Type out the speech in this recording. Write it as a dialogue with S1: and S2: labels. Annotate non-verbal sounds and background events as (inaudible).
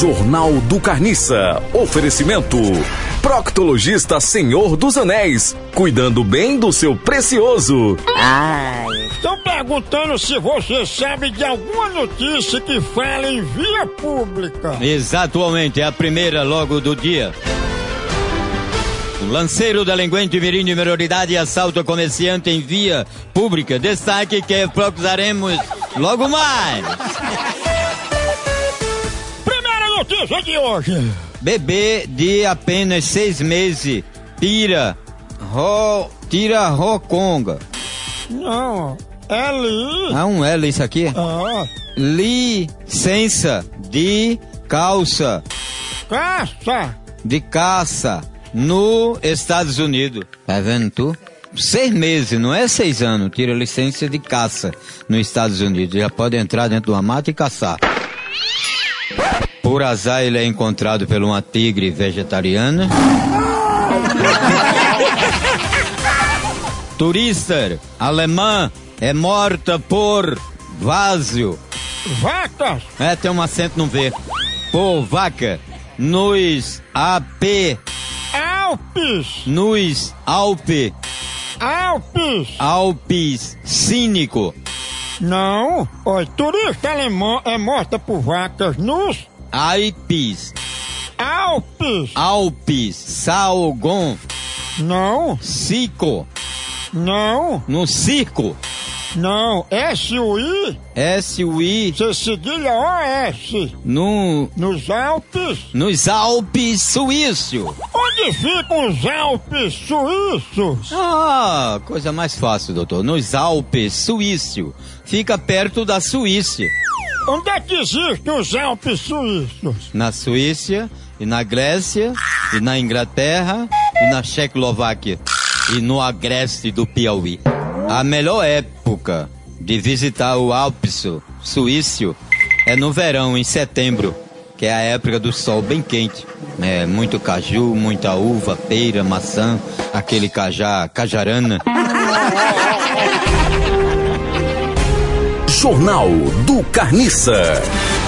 S1: Jornal do Carniça. Oferecimento. Proctologista Senhor dos Anéis. Cuidando bem do seu precioso.
S2: Ai,
S3: Estão perguntando se você sabe de alguma notícia que fala em via pública.
S4: Exatamente, é a primeira logo do dia. O lanceiro delinquente mirim de minoridade assalta comerciante em via pública. Destaque que procuraremos logo mais.
S3: Primeira notícia de hoje.
S4: Bebê de apenas seis meses pira, ro, tira roconga.
S3: Não, é li.
S4: Há um L isso aqui?
S3: Ah,
S4: Licença de calça,
S3: caça.
S4: de caça, no Estados Unidos. Tá vendo tu? Seis meses, não é seis anos, tira licença de caça nos Estados Unidos. Já pode entrar dentro de uma mata e caçar. Por azar, ele é encontrado por uma tigre vegetariana. (laughs) Turista alemã é morta por vazio.
S3: Vacas.
S4: É, tem um acento no V. Por vaca, nos AP,
S3: Alpes.
S4: nos Alpe,
S3: Alpes.
S4: Alpes, cínico,
S3: Não. Oi, turista alemão é morta por vacas nos
S4: Alpes,
S3: Alpes.
S4: Alpes, Salgon,
S3: Não,
S4: Cico,
S3: não,
S4: no circo,
S3: não. S-U-I,
S4: S-U-I,
S3: você cedilha O-S.
S4: no,
S3: Nos Alpes.
S4: nos Alpes suíço.
S3: Onde ficam os Alpes suíços?
S4: Ah, coisa mais fácil, doutor. Nos Alpes suíço. Fica perto da Suíça.
S3: Onde é que existem os Alpes suíços?
S4: na Suíça, e na Grécia, e na Inglaterra, e na Checoslováquia, e no agreste do Piauí. A melhor época de visitar o Alpso suíço é no verão, em setembro, que é a época do sol bem quente. É, muito caju, muita uva, peira, maçã, aquele cajá, cajarana.
S1: Jornal do Carniça.